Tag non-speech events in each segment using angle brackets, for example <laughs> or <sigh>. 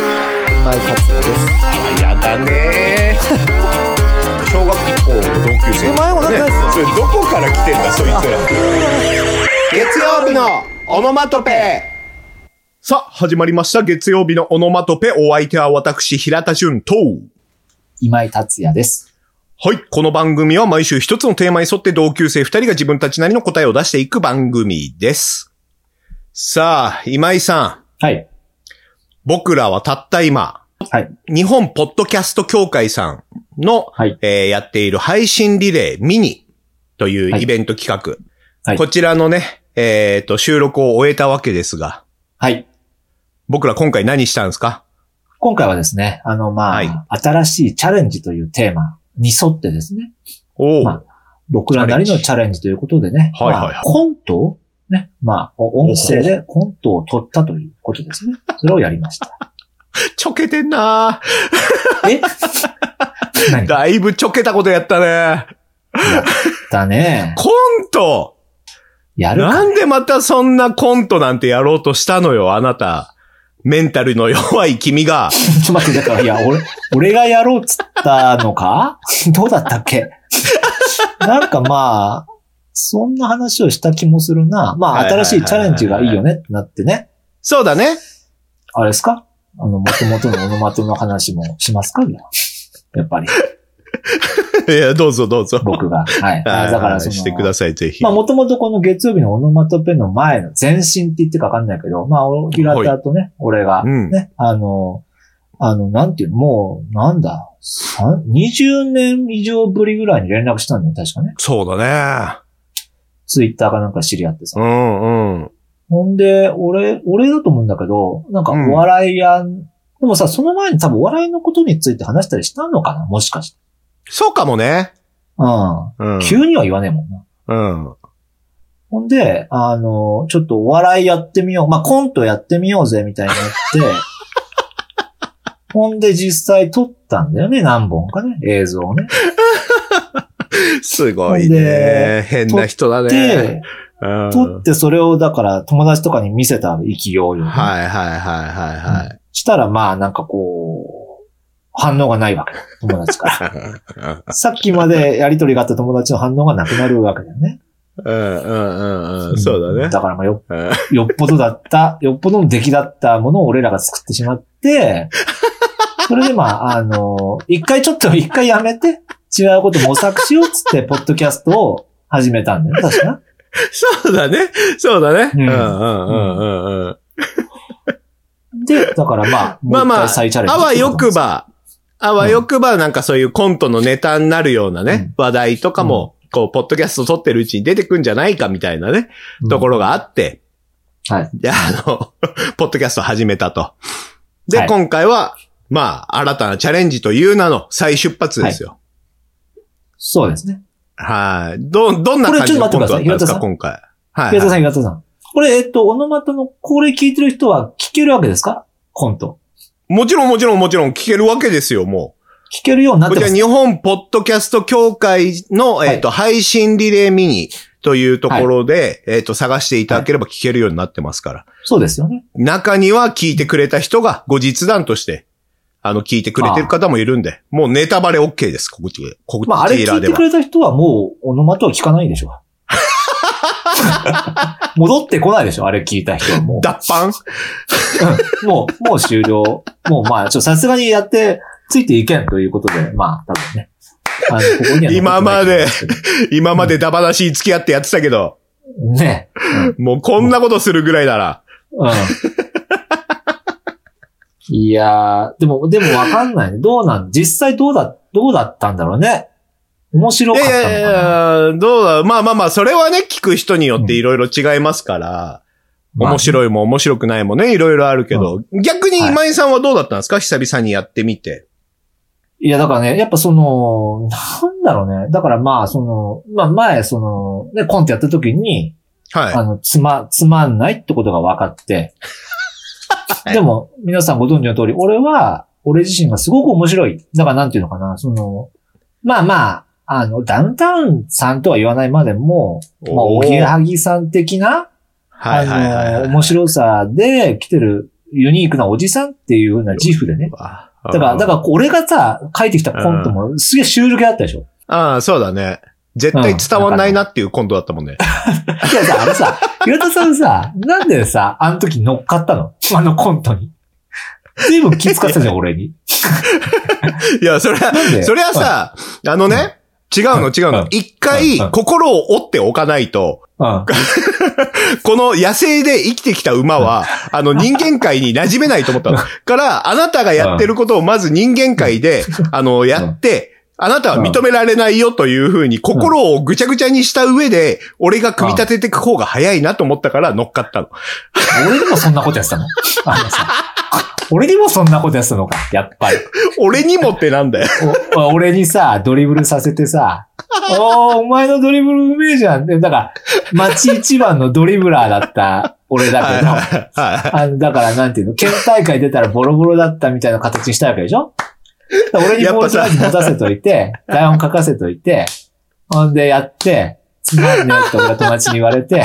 今井達也ですあやだねー <laughs> 小学校の同級生お前もなんかねそれどこから来てんだそいつら月曜日のオノマトペさあ始まりました月曜日のオノマトペお相手は私平田純と今井達也です。はい。この番組は毎週一つのテーマに沿って同級生二人が自分たちなりの答えを出していく番組です。さあ、今井さん。はい。僕らはたった今、はい。日本ポッドキャスト協会さんの、はいえーやっている配信リレーミニというはいイベント企画。はいこちらのね、えーと、収録を終えたわけですが、はい。僕ら今回何したんですか今回はですね、あの、まあ、はい新しいチャレンジというテーマに沿ってですね、おお、まあ僕らなりのチャレンジということでね、はいはいはいまあコントをね、まあ、音声でコントを撮ったということですね。それをやりました。ちょけてんなーえ <laughs> 何だいぶちょけたことやったね。だね。コントやるかなんでまたそんなコントなんてやろうとしたのよ、あなた。メンタルの弱い君が。ちょっと待って、だから、い <laughs> や、俺、俺がやろうっつったのか <laughs> どうだったっけ <laughs> なんかまあ、そんな話をした気もするな。まあ、はいはいはい新はいしいチャレンジがいいよねってなってね。そうだね。 <laughs> あれですかあの、元々のオノマトの話もしますかじゃあやっぱり、いや、どうぞどうぞ。僕が。 <laughs> はい。あだから、そしてくだの、さい、ぜひ。まあ、もともとこの月曜日のオノマトペの前の前身って言ってかわかんないけど、まあ、お平田とね、俺が、うん。ね、あの、あの、なんていうの、もう、なんだ、さん20年以上ぶりぐらいに連絡したんだよ、確かね。そうだね。ツイッターかなんか知り合ってさ。うんうん。ほんで、俺、俺だと思うんだけど、なんかうんお笑いや、ん、でもさ、その前に多分お笑いのことについて話したりしたのかな、もしかして。そうかもね。うん。うん。急には言わねえもんな。うん。ほんで、あの、ちょっとお笑いやってみよう。まあ、コントやってみようぜ、みたいにな <laughs> って。ほんで、実際撮ったんだよね、何本かね、映像をね。すごいほんねで。変な人だねで。、うん。撮ってそれをだから友達とかに見せた勢いをね、はいはいはいはいはしたらまあなんかこう、反応がないわけ。友達かい。 <laughs> ら。さっきまでやりとりがあった友達の反応がなくなるわけだよね。うんうんうんうん。そうだねだからまあよ、うん。よっぽどだった、 <laughs> よっぽどの出来だったものを俺らが作ってしま <laughs> って、それでまあ、あの、一回ちょっと一回やめて、違うこと模索しようっつって、ポッドキャストを始めたんだよね、確か。そうだね。そうだね。ううんんうんうんうんうん。で、だからまあ、まあまもうあ一回再チャレンジあわよくば、あわよくば、なんかそういうコントのネタになるようなね、話題とかも、こう、ポッドキャスト撮ってるうちに出てくんじゃないかみたいなね、ところがあって、はい。で、あの、 <laughs> ポッドキャスト始めたと。で、はい今回は、まあ、新たなチャレンジという名の再出発ですよ。そうですね。はい。ど、どんなこれ感じのちコょンっとトだ待ったっんてくだですさいか、今回。はい、平田はい。さん、平田さん。これ、えっと、オノマトの、これ聞いてる人は聞けるわけですかコント。もちろん、もちろん、もちろん、聞けるわけですよ、もう。聞けるようになっこてちまらす。日本ポッドキャスト協会の、はいえっ、と、配信リレーミニというところで、えっ、と、探していただければ聞けるようになってますから。そうですよね。中には聞いてくれた人が後日談として、あの、聞いてくれてる方もいるんで、もうネタバレ OK です、こちら、こまあ、あれち聞らいでてくは。れた人はもう、オノマトは聞かないでしょ。 <laughs> 戻ってこないでしょあれ聞いた人はも脱藩 <laughs> う。もう、もう終了。もうまあ、ちょ、さすがにやって、ついていけんということで、まあ、多分ね。あの、ここには残ってないと今まで思うんす今までダバなしに付き合ってやってたけど、けど。ね。もうこんなことするぐらいなら、うん。いやー、でも、でもわかんないね。どうなん、実際どうだ、どうだったんだろうね。面白いかったのかな。やいやいや、どうだ、まあまあまあ、それはね、聞く人によっていろいろ違いますから、まあ面白いも面白くないもね、いろいろあるけど、逆に今井さんはどうだったんですか、久々にやってみて。いや、だからね、やっぱその、なんだろうね。だからまあ、その、まあ前、その、ね、コントやった時に、あはの、つま、つまんないってことが分かって。でも、皆さんご存知の通り、俺は、俺自身がすごく面白い。だからなんていうのかな、その、まあまあ、あの、ダウンタウンさんとは言わないまでも、おーまあ、おぎやはぎさん的な、い。はいはいはいあはの、い。面白さで来てるユニークなおじさんっていうふうな自負でね。だだから、だから俺がさ、書いてきたコントもすげえシュール系だったでしょ。ああ、そうだね。絶対伝わんないなっていうコントだったもんね。いやさ、あれ <laughs> さ、岩田さんさ、なんでさ、あの時乗っかったのあのコントに。随分気遣ってたじゃん、俺に。 <laughs> いや、それは、なんでそれはさ、あのね、違うの違ううんの。一回うん心を折っておかないと、うん。この野生で生きてきた馬は、あの人間界に馴染めないと <laughs> 思ったの。から、あなたがやってることをまず人間界で、あの、やって、あなたは認められないよというふうに心をぐちゃぐちゃにした上で、俺が組み立てていく方が早いなと思ったから乗っかったの。俺にもそんなことやってたのあのさ俺にもそんなことやってたのか、やっぱり。俺にもってなんだよ。お俺にさ、ドリブルさせてさ、おーお前のドリブルうめえじゃん。で、だから、町一番のドリブラーだった俺だけど、はあの、だからなんていうの、県大会出たらボロボロだったみたいな形にしたわけでしょだから俺にボールとりあえず持たせといて、台本書かせといて、ほんでやって、つまんねえって俺は友達に言われて、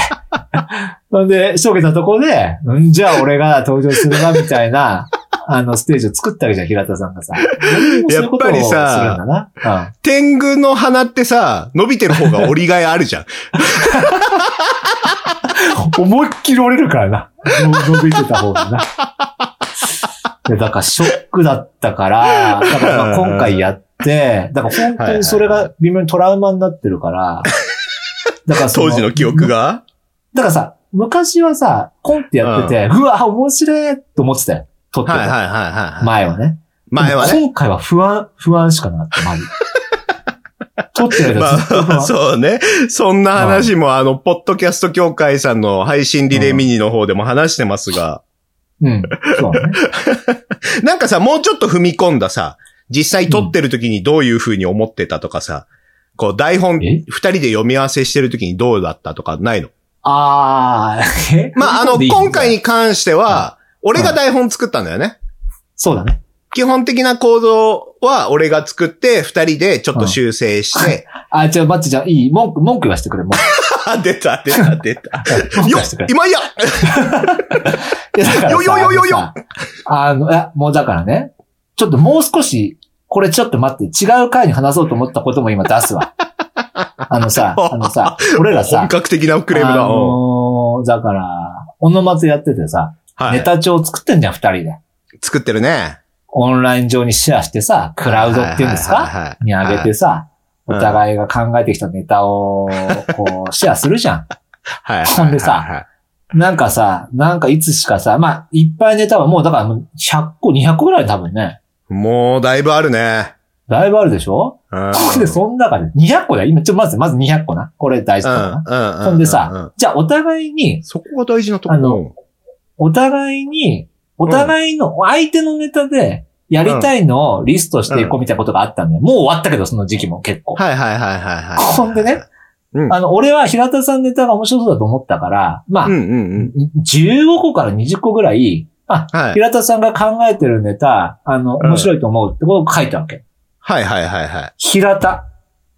ほんで、しょげたとこで、うんじゃあ俺が登場するな、みたいな、あの、ステージを作ったわけじゃん、平田さんがさ。やっぱりさそういうことをするんだな。うんい。天狗の鼻ってさ、伸びてる方が折りがいあるじゃん。 <laughs> 思いっきり折れるからな。伸びてた方が <laughs> な。いやだからショックだったから、だからまあ今回やって、だから本当にそれが微妙にトラウマになってる <laughs> から、だからそ当時の記憶。が。だからさ、昔はさ、コンってやってて、うわ、面白いと思ってたよ。撮ってはいはいた。はいはい。前はね。前はでね。も今回は不安、不安しかなかった、マ <laughs> ジ。撮ってるま間ずっと不あ、安。そうね。そんな話も、あの、ポッドキャスト協会さんの配信リレーミニの方でも話してますが、うん。そうね。なんかさ、もうちょっと踏み込んださ、実際撮ってる時にどういう風に思ってたとかさ、こう、台本、え二人で読み合わせしてる時にどうだったとかないのあー、えまあ、あの、でいいんだ今回に関しては、俺が台本作ったんだよね。そうだね。基本的な構造は俺が作って、二人でちょっと修正して、あ、ちょ、待って、じゃあいい。文句、文句言わせてくれ、文句。あ、 <laughs> 出た、出た、出 <laughs> た。文句言よわせてくっれ。今いやいやだからさよよよよよあのさあの、いや、もうだからね、ちょっともう少し、これちょっと待って、違う回に話そうと思ったことも今出す <laughs> わ。あのさ、あのさ、俺らさ本、格的なクレームだ。あうんのーだから、オノマツやっててさ、はいネタ帳作ってんじゃん、二人で。作ってるね。オンライン上にシェアしてさ、クラウドっていうんですはいかはいはいはいに上げてさ、おはい互いが考えてきたネタを、こう、シェアするじゃん。はい。ほんでさなんかさ、なんかいつしかさ、まあ、いっぱいネタはもうだからもう100個、200個ぐらい多分ね、もうだいぶあるね。だいぶあるでしょうんで、その中で200個だよ。今、ちょ、まず、まず200個な。これ大事だな。うんほんでさ、じゃあお互いに、そこが大事なとあのこお互いに、お互いの、相手のネタで、やりたいのをリストしていこうみたいなことがあったんだよ。もう終わったけど、その時期も結構。はいはいはいはいはい。ほんでね。うんあの、俺は平田さんネタが面白そうだと思ったから、まあ、うんうんうん。 15個から20個ぐらい、あ、はい。平田さんが考えてるネタ、あの、うん面白いと思うってことを書いたわけ。はいはいはいはい。平田。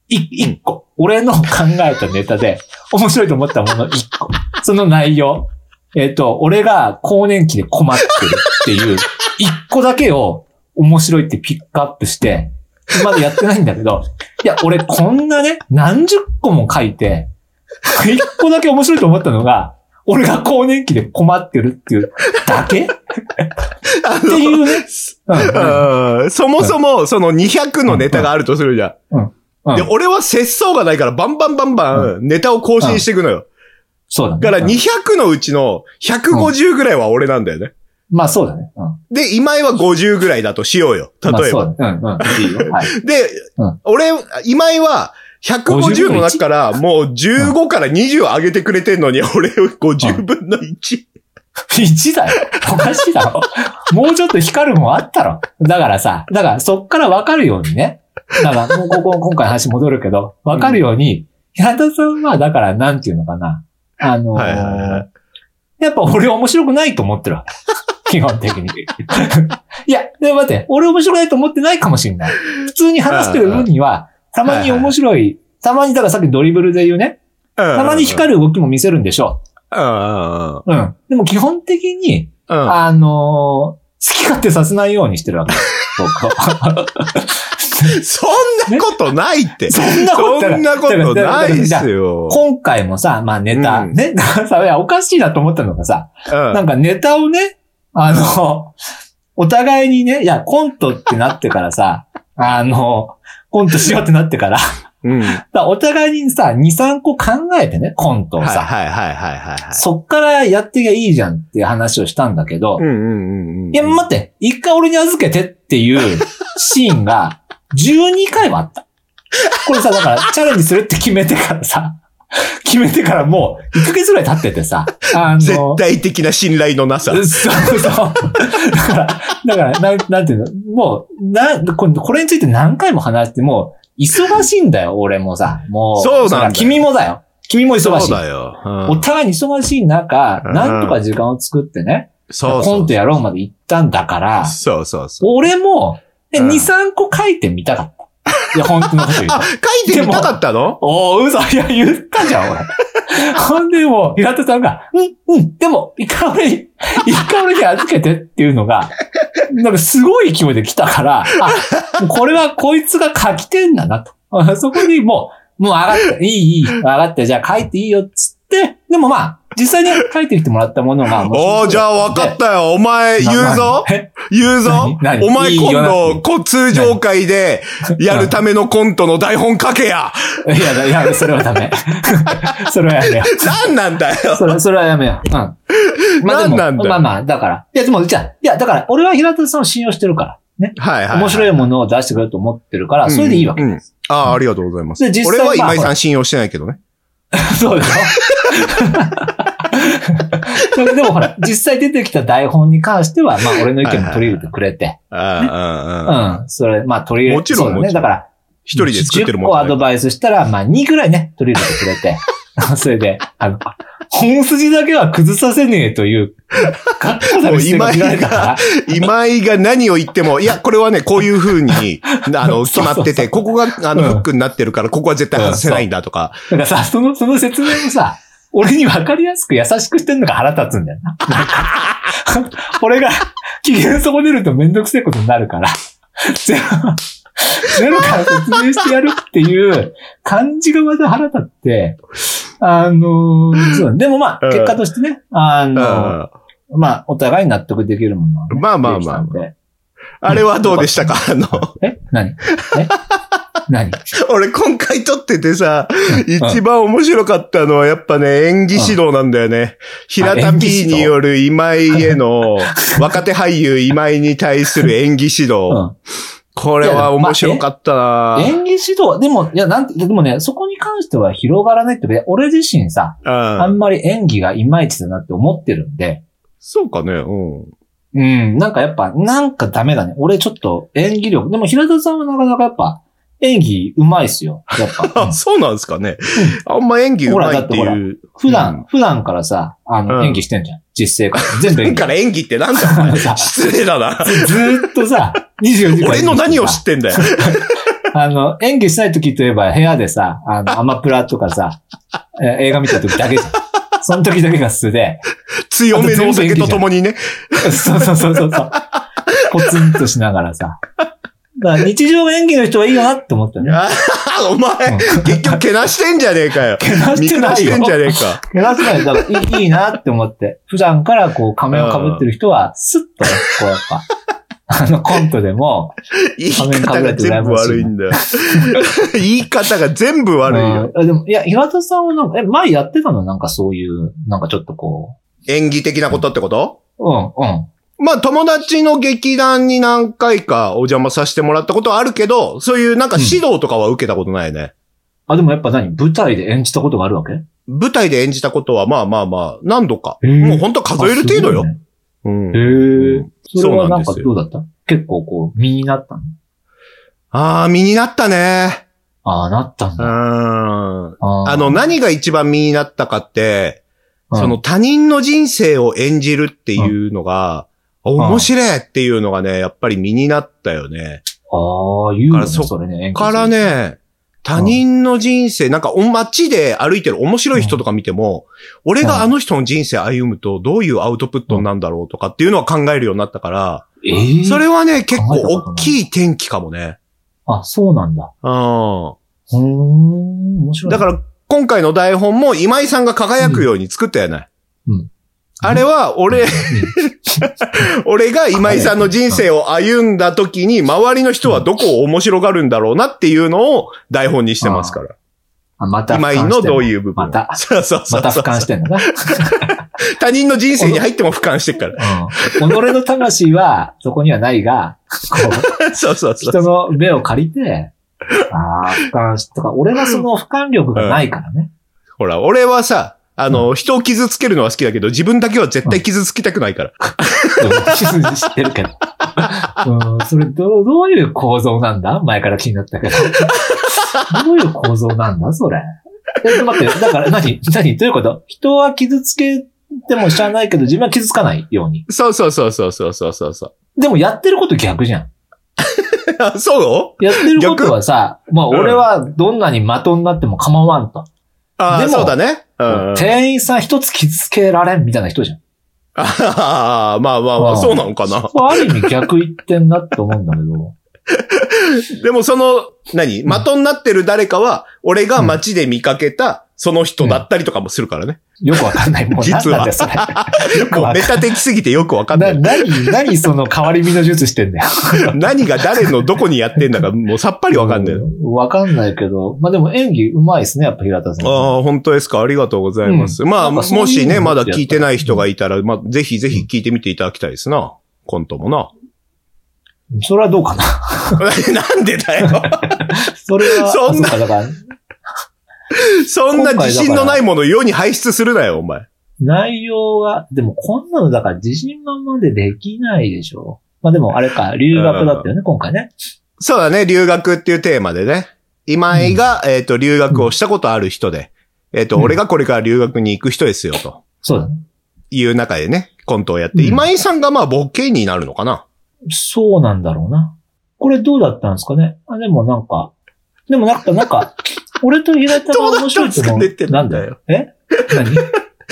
い、一個。俺の考えたネタで、面白いと思ったもの一個。その内容。えっ、と、俺が更年期で困ってるっていう、一個だけを面白いってピックアップして、まだやってないんだけど、いや、俺こんなね、何十個も書いて、一個だけ面白いと思ったのが、俺が更年期で困ってるっていうだけっていう <laughs> ね。うんうんうんそもそも、その200のネタがあるとするじゃうんん。で、俺は節操がないから、バンバンバンバン、ネタを更新していくのよ。そうだね。だからうん200のうちの150ぐらいは俺なんだよね。まあそうだね。うんで、今井は50ぐらいだとしようよ。例えば。まあ、そうだねうんうん。いいよ。 <laughs> はい。で、うん俺、今井は、150の中から、もう15から20上げてくれてんのに、俺を50分の1。 1だよ。おかしい <laughs> だろ。もうちょっと光るもんあったろ。だからさ、だからそっからわかるようにね。だから、もうここ、今回の話戻るけど、わかるように、平田さんは、だから、なんていうのかな。あのーはいはいはやっぱ俺面白くないと思ってるわ。 <laughs> 基本的に。いや、でも待って、俺面白くないと思ってないかもしれない。普通に話してる分には、たまに面白い、たまに、だからさっきドリブルで言うね、たたまに光る動きも見せるんでしょう。る。うんうんうんうん。でも基本的に、うん。あのー好き勝手させないようにしてるわ <laughs> け。僕はそんなことないって。そんなことないそんなことないっすよ。 <laughs> 今回もさ、まあネタ、うんね、なんかさ、いやおかしいなと思ったのがさ、うんなんかネタをね、あの、お互いにね、いや、コントってなってからさ、 <laughs> あの、コントしようってなってから、 <laughs> うん。はいだお互いにさ、2、3個考えてね、コントをはいさ、はいはいはいはい。そっからやってきゃいいじゃんっていう話をしたんだけど、うんうんうんうん。いや、待って、一回俺に預けてっていうシーンが12回はあった。これさ、だからチャレンジするって決めてからさ、決めてからもう1ヶ月ぐらい経っててさ、あの、絶対的な信頼のなさ。そうそう。だから、だから、なんなんていうの、もう、な、これこれについて何回も話して、もう、忙しいんだよ、俺もさ。もう、そうなんだよら君もだよ。君も忙そしうい。だよ。うんお互いに忙しい中、うんなんとか時間を作ってね、そうコそンうト。やろうまで行ったんだから、そうそうそう。俺も、え、うん2、3個書いてみたかった。いや、本当のこと言うとあ、。書いてみたかったの <laughs> おー、嘘。いや、言ったじゃん、俺。 <laughs> ほんでもう、平田さんが、うん、うん、でも、一回俺に、一回俺に預けてっていうのが、なんかすごい勢いで来たから、あ、もうこれはこいつが書き点だなと。 <laughs> あそこにもう、もう上がった、いい、いい、上がった、じゃあ書いていいよっつって、でもまあ、実際に書いてきてもらったものが、おー、じゃあ分かったよ。お前、た <laughs> 言うぞ言うぞ何何お前いいよ今な度、こ通常会でやるためのコントの台本書けや <laughs> いや、だやめ、それはダメ。 <laughs> それはやめ <laughs> よう。何なんだよそれ、それはやめよう。うん。まあでも、なんなんだよまあまあ、だから。いや、でも、じゃあいや、だから、俺は平田さんを信用してるから。ね。はいはい。面白い。いものを出してくれると思ってるから、それでいいわけ。うん。ああ、ありがとうございますで。実際俺はまあ今井さん信用してないけどね。そう <laughs> だよ。でもほら、実際出てきた台本に関しては、まあ俺の意見も取り入れてくれて、ああ、ああ。うん。それ、まあ取り入れもちろんそうだもね。ちろだんから、一人で作ってる10個もアんじドゃない。バイスしたら、まあ2ぐらいね、取り入れてくれ <laughs> て。それで、あの、本筋だけは崩させねえという、かっこだけして見られたから。 <laughs> 今井が何を言っても、いや、これはね、こういう風 <laughs> に、あの、決まってて、ここが、あの、うんフックになってるから、ここは絶対外せないんだとか。なんかさ、その、その説明もさ、俺に分かりやすく優しくしてんのが腹立つんだよな。 <laughs> なんか俺が機嫌損ねるとめんどくせえことになるから、 <laughs> ゼロ、ゼロから説明してやるっていう感じがまた腹立って、あのーそうでもまあ、うん結果としてね、あうん。のあまあ、お互いに納得できるものはね、まあまあまあできたんでれはどうでしたかあの、え何え何俺今回撮っててさ、一番面白かったのはやっぱね、演技指導なんだよね。平田演技 P 指導による今井への、 <laughs> 若手俳優今井に対する演技指う導。んこれは面白かったな演技指導、でも、いや、なんて、でもね、そこに関しては広がらないってことで、俺自身さ、あうん。んまり演技がいまいちだなって思ってるんで、そうかね、うん。うん、なんかやっぱ、なんかダメだね。俺ちょっと演技力、でも平田さんはなかなかやっぱ、演技うまいっすよ。やっぱ。う <laughs> あんそうなんですかね。あんま演技うまいってほらだいう。普う段、普段からさ、あうんの、演技してんじゃん。実生活。全部 <laughs> だ演か技。ら演技ってなんだよ <laughs> あのさ失礼だな。ずーっとさ、24時間。俺の何を知ってんだよ。あの、演技しない時といえば部屋でさ、あの、アマプラとかさ、え映画見た時だけじゃん。その時だけが素で、強めのお酒と共にね。そうそうそうそうそう。ポツンとしながらさ。だから日常演技の人はいいよなって思ったね。ああ、お前、結局けなしてんじゃねえかよ。けな見して下なしいてよ。んじゃねえか。けなしてない。だからいいいいなって思って。普段からこう仮面を被ってる人は、スッとね、こうやっぱ。あのコントでも、言い方が全部悪いんだよ。言い方が全部悪いよ。うんでも、いや、平田さんはなんか、え、前やってたのなんかそういう、なんかちょっとこ演技的なことってことう、うん、うん。まあ友達の劇団に何回かお邪魔させてもらったことはあるけど、そういうなんか指導とかは受けたことないね。あ、でもやっぱ何舞台で演じたことがあるわけ舞台で演じたことはまあまあまあ、何度か。もう本当数える程度よ。うんへえ。それそうはなんなでんすかどようだった結構こう、身になったのああ、身になったね。ああ、なったんうだ。ん。あーあの、、何が一番身になったかって、うんその、他人の人生を演じるっていうのが、面白いっていうのがね、やっぱり身になったよね。ああ、言うよだからね、そそれね。演技からね、他人の人生、なんかお街で歩いてる面白い人とか見ても、俺があの人の人生歩むとどういうアウトプットになんだろうとかっていうのは考えるようになったから、ええそれはね、結構考えたことない大きい転機かもね。あ、そうなんだ。うん。うーん、面白い。だから、今回の台本も今井さんが輝くように作ったやない。うんうんあれは、俺、俺が今井さんの人生を歩んだ時に、周りの人はどこを面白がるんだろうなっていうのを台本にしてますから。あ、また俯瞰し今て井ん、のどういう部分。またそうそうそまうたそ俯う。瞰してんだな。他人の人生に入っても俯瞰してっ <laughs> から。うん。己の魂は、そこにはないが、こう、そうそうそう。人の目を借りて、ああ、俯瞰し、とか、俺はその俯瞰力がないからね。 <laughs> ほら、俺はさ、あの、人を傷つけるのは好きだけど、自分だけは絶対傷つきたくないから。うん知ってるけど。うん、それどう、どういう構造なんだ前から気になったけど。どういう構造なんだそれ。え、待って、だから何何どういうこと人は傷つけても知らないけど、自分は傷つかないように。そうそうそうそうそうそう <laughs> そうそでもやってること逆じゃん。う。そうやってることはさ、まあ俺はどんなに的になっても構わんと。あであ、もそうだね。うん。店員さん一つ傷つけられんみたいな人じゃん。ああ、まあまあまうあ、んそうなのかな。これある意味逆言ってんなって思うんだけど。でもその、何的になってる誰かは、俺が街で見かけた、その人だったりとかもするからね。よくわかんない。もう何実なんはだよ、それ。よ <laughs> くこうわかんメタ的すぎてよくわかんなない。い。何、何その変わり身の術 <laughs> してんだよ。何が誰のどこにやってんだか、もうさっぱりわかんない。うわかんないけど。まあでも演技うまいですね、やっぱ平田さん。ああ、本当ですか。ありがとうございます。うんまあ、なんもかそういうのしね、まだやっぱ聞いてない人がいたら、まあ、ぜひぜひ聞いてみていただきたいですな。コントもな。 <laughs> それはどうかな。なんでだよ。 <laughs> それは、 <laughs> そんなあうかだから、そんな自信のないものを世に排出するなよ、お前。内容が、でもこんなのだから自信満々でできないでしょ。まあでもあれか、留学だったよね、今回ね。そうだね、留学っていうテーマでね。今井が、えっ、と、留学をしたことある人で、えっ、と、うん俺がこれから留学に行く人ですよ、とそうだね。いう中でね、コントをやって、うん今井さんがまあ、ボケになるのかな。そうなんだろうな。これどうだったんですかねあ、でもなんか、でもなんか、なんか、俺と平田が面 <laughs> 白いと思う。どうだったんですかねってなんだよえ何 <laughs>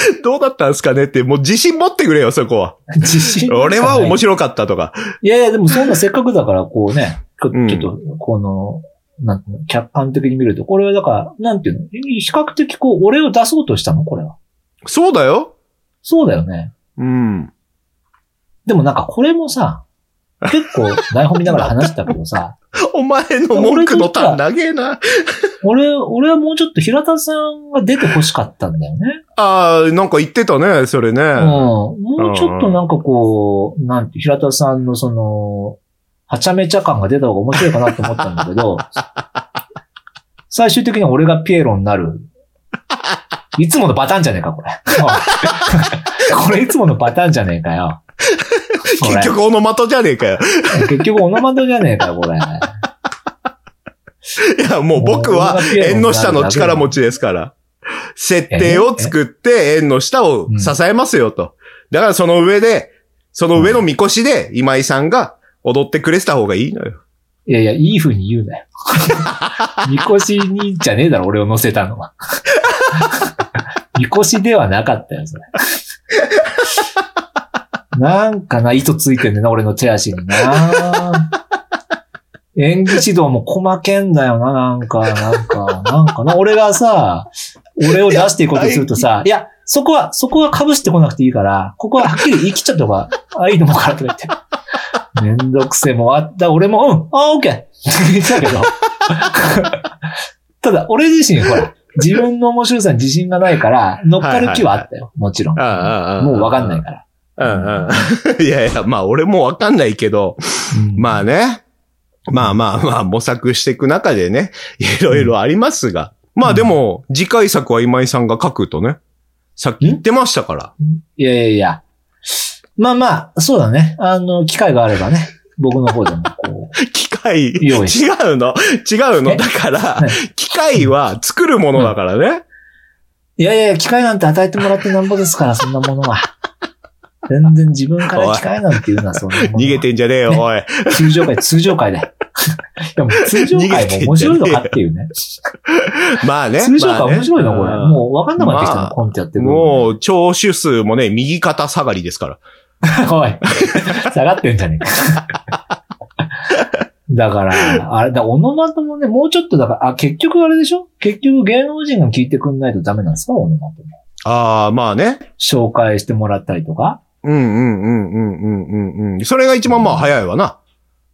<laughs> どうだったんすかねって、もう自信持ってくれよ、そこは。自信。俺は面い。白かったとか。いやいや、でもそんなせっかくだから、こうね、ちうんょちょっと、この、なんていうの、客観的に見ると、これはだから、なんていうの、比較的こう、俺を出そうとしたの、これは。そうだよ。そうだよね。うん。でもなんかこれもさ、結構台本見ながら話したけどさ、 <laughs> お前の文句のターン長えな。俺、俺はもうちょっと平田さんが出て欲しかったんだよね。ああ、なんか言ってたね、それね。うん。もうちょっとなんかこう、なんて、平田さんのその、はちゃめちゃ感が出た方が面白いかなと思ったんだけ <laughs> ど、最終的に俺がピエロになる。いつものパターンじゃねえか、これ。 <laughs> これいつものパターンじゃねえかよ。これ <laughs> 結局、オノマトじゃねえかよ。結局オノマトじゃねえかよ、これ。いや、もう僕は縁の下の力持ちですから。設定を作って縁の下を支えますよと。だからその上で、その上のみこしで今井さんが踊ってくれてた方がいいのよ。いやいや、いい風に言うな <laughs> よ。みこしにじゃねえだろ、俺を乗せたのは。 <laughs> みこしではなかったよ、 <laughs> それ。なんかな、糸ついてんねんな、俺の手足にな。演技指導も細けんだよな、なんか、なんか、なんかな。俺がさ、俺を出していこうとするとさ、いや、そこは、そこは被してこなくていいから、ここははっきり言い切っちゃった方が、あ、いいのもからとか言って。めんどくせえ、もうあった、俺も、うん、あ、オッケーって <laughs> 言ってたけど。 <laughs> ただ、俺自身、ほら、自分の面白さに自信がないから、乗っかる気はあったよ、もちろん。ああああもうわかんないから。うんうん。いやいや、まあ俺もわかんないけど、まあね。まあまあまあ模索していく中でね、いろいろありますが。まあでも、次回作は今井さんが書くとね、さっき言ってましたから。いやいやいや。まあまあ、そうだね。あの、機会があればね、僕の方でもこう。 <laughs> 機 <laughs> 械、違用意しうの、違うの。えだからね、機械は作るものだからね。いやいやいや、機会なんて与えてもらってなんぼですから、そんなものは。全然自分から機会なんていうのはそんなものは。逃げてんじゃねえよ、おい。通常会、通常会で。 <laughs> でも通常回も面白いのかっていうね。まあね。通常回面白いのこまれ。あねもうわかんなくなってきたまの、あコントやってるの。もう、聴取数もね、右肩下がりですから。 <laughs> おい、下がってんじゃねえか。 <laughs> だから、あれだ、オノマトもね、もうちょっとだから、あ、結局あれでしょ結局芸能人が聞いてくんないとダメなんですかオノマトも。ああ、まあね。紹介してもらったりとか。うんうんうんうんうんうんうん。それが一番まあ早いわな。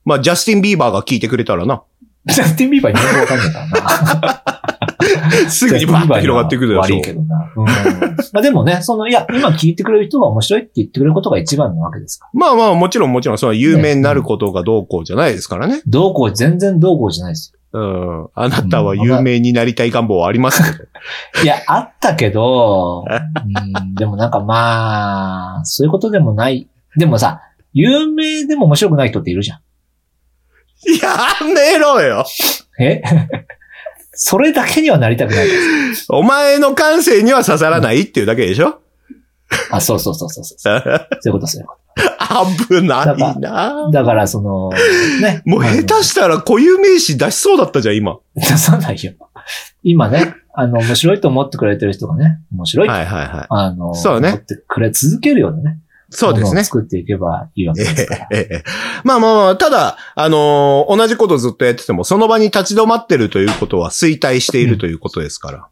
まあ、ジャスティン・ビーバーが聞いてくれたらな。ジャスティンビーバー日本語わかんないから <laughs> な。すぐにバッと広がっていくるで <laughs> し悪ょいけどな。うん、まあでもね、その、いや、今聞いてくれる人が面白いって言ってくれることが一番なわけですから。まあまあ、もちろんもちろん、その有名になることがどうこうじゃないですからね。どうこう、全然どうこうじゃないですうん。あなたは有名になりたい願望はありますけど。よ。いや、あったけ <laughs> ど、うん、でもなんかまあ、そういうことでもない。でもさ、有名でも面白くない人っているじゃやめろよん。え <laughs> それだけにはなりたくない。お前の感性には刺さらないっていうだけでしょ <laughs> あ、そうそうそうそうそう。そういうこと、そういうこ危ないなと。だから、その、ね。もう下手したら固有名詞出しそうだったじゃん、今。は出さないよ。今ね、あの、面白いと思ってくれてる人がね、面白いいと、はいはい。あの、そうね思ってくれ続けるようなね。そうでもすのねを。作っていけばいいわけですから。ええ。まあまあまあ、ただ、あのー同じことずっとやってても、その場に立ち止まってるということは衰退しているということですから。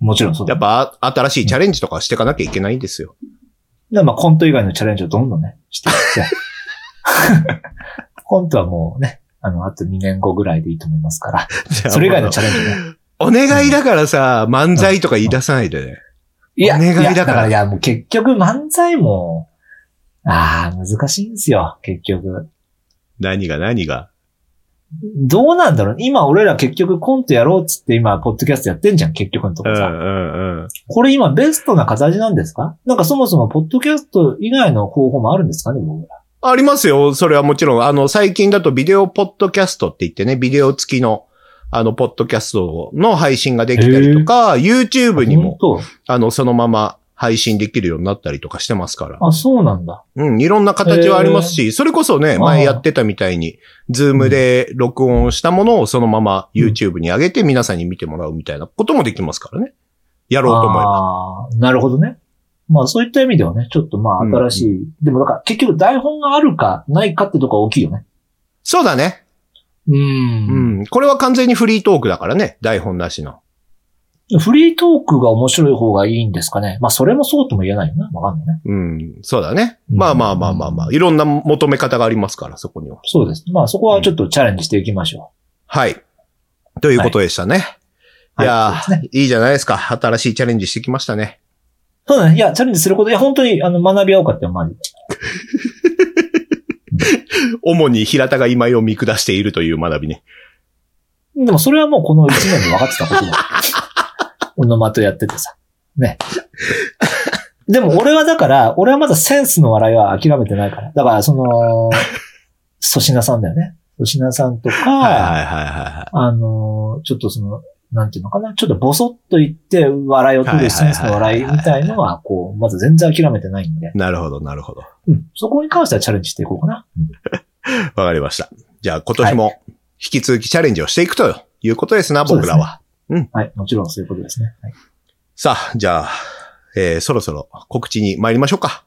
もちろんそうだ。やっだかぱ、あ新しいチャレンジとかしていかなきゃいけないんですよ。らまあコント以外のチャレンジをどんどんね、していって。 <laughs> コントはもうね、あの、あと2年後ぐらいでいいと思いますから。じゃあそれ以外のチャレンジね。お願いだからさ、漫才とか言い出さないでね。いや、お願いだからやいや、もう結局漫才も、ああ、難しいんですよ、結局。何が何が。どうなんだろう今俺ら結局コントやろうっつって今、ポッドキャストやってんじゃん、結局のとうころんうさ。んうん。これ今ベストな形なんですかなんかそもそもポッドキャスト以外の方法もあるんですかね、僕ら。ありますよ。それはもちろん、あの、最近だとビデオポッドキャストって言ってね、ビデオ付きの、あの、ポッドキャストの配信ができたりとか、YouTube にも、本あの、そのまま配信できるようになったりとかしてますから当。あ、そうなんだ。うん、いろんな形はありますし、それこそね、ー前やってたみたいに、ズームで録音したものをそのまま YouTube に上げて皆さんに見てもらうみたいなこともできますからね。やろうと思えば。ああーなるほどね。まあそういった意味ではね、ちょっとまあ新しい。でもだから結局台本があるかないかってとこは大きいよね。そうだね。ううん。これは完全にフリートークだからね。台本なしの。フリートークが面白い方がいいんですかね。まあそれもそうとも言えないよな。わかんないね。うん。そうだね。うんまあまあまあまあまあ。いろんな求め方がありますから、そこには。そうです。まあそこはちょっとチャレンジしていきましょはい。ということでしたね。う。いやはいそうですね。いいじゃないですか。新しいチャレンジしてきましたね。そうだね。いや、チャレンジすること、いや、本当に、あの、学び合おうかって、マジで。主に平田が今井を見下しているという学びね。でもそれはもうこの1年で分かってたこと <laughs> だ。オノマトやっててさ。ね。でも俺はだから、俺はまだセンスの笑いは諦めてないから。だからその、粗品さんだよね。粗品さんとか、はいはいはいはいはい。あのー、ちょっとその、なんていうのかな。ちょっとボソッと言って笑いを取るセンスの笑いみたいのは、こう、まだ全然諦めてないんで。なるほど、なるほど。うん。そこに関してはチャレンジしていこうかな。うんわかりました。じゃあ今年も引き続きチャレンジをしていくということですな、僕らは。はい。もちろんそういうことですね。はい。さあ、じゃあ、えーそろそろ告知に参りましょうか。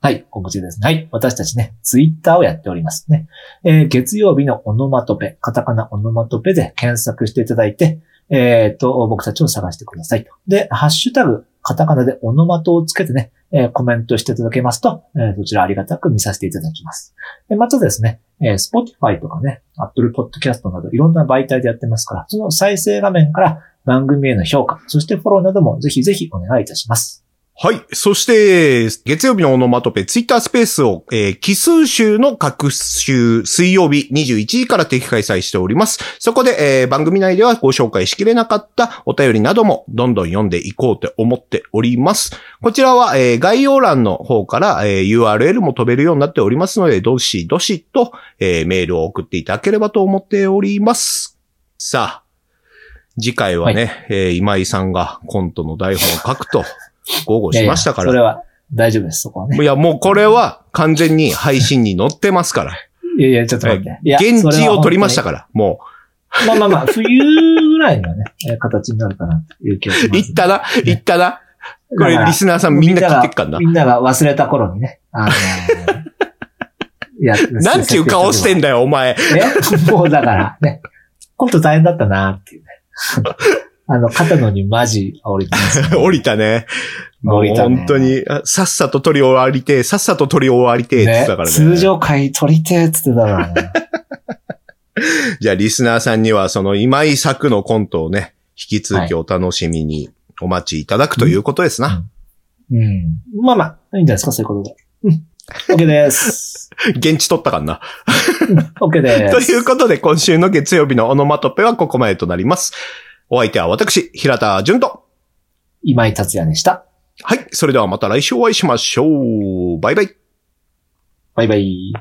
はい、告知ですね。はい、私たちね、ツイッターをやっておりますね。えー月曜日のオノマトペ、カタカナオノマトペで検索していただいて、えっ、と、僕たちを探してくださいと。で、ハッシュタグ、カタカナでオノマトをつけてね、えーコメントしていただけますと、えーそちらありがたく見させていただきます。でまたですね、えー Spotify とかね、Apple Podcast などいろんな媒体でやってますから、その再生画面から番組への評価、そしてフォローなどもぜひぜひお願いいたします。はい。そして、月曜日のオノマトペ、ツイッタースペースを、えー奇数週の各週、水曜日21時から定期開催しております。そこで、えー番組内ではご紹介しきれなかったお便りなども、どんどん読んでいこうと思っております。こちらは、えー概要欄の方から、えー URL も飛べるようになっておりますので、どしどしと、えーメールを送っていただければと思っております。さあ、次回はね、えー今井さんがコントの台本を書く <laughs> と、豪語しましたから。いやいやそれは大丈夫です、そこはね。いや、もうこれは完全に配信に載ってますから。いやいや、ちょっと待って。いや現地を取りましたから、もそれは本当にまあまあまあ、冬ぐらいにはね、えー形になるかなという気がしう。ます。行ったな、行ったな。これ、リスナーさんみんな聞いてっかんな。みんなが忘れた頃にね、あのーい <laughs> やなんちゅう顔してんだよ、お前。 <laughs> ね、もうだからね、コント大変だったなっていうね。 <laughs> あの、肩のにマジ煽りてますね、降りたね。 <laughs> も降うりたね本当に、あさっさと取り終わりてえ、さっさと取り終わりてえって言ってたからね。通常回取りてえっつってたからね。じゃあ、リスナーさんには、その今井作のコントをね、引き続きお楽しみにお待ちいただくということですな。うん。まあまあ、いいんじゃないですか、そういうことで。うん。OK です。現地取ったかんな。 OK で <laughs> とす。いうことで、今週の月曜日のオノマトペはここまでとなります。お相手は私、平田純と。今井達也でした。はい。それではまた来週お会いしましょう。バイバイ。バイバイ。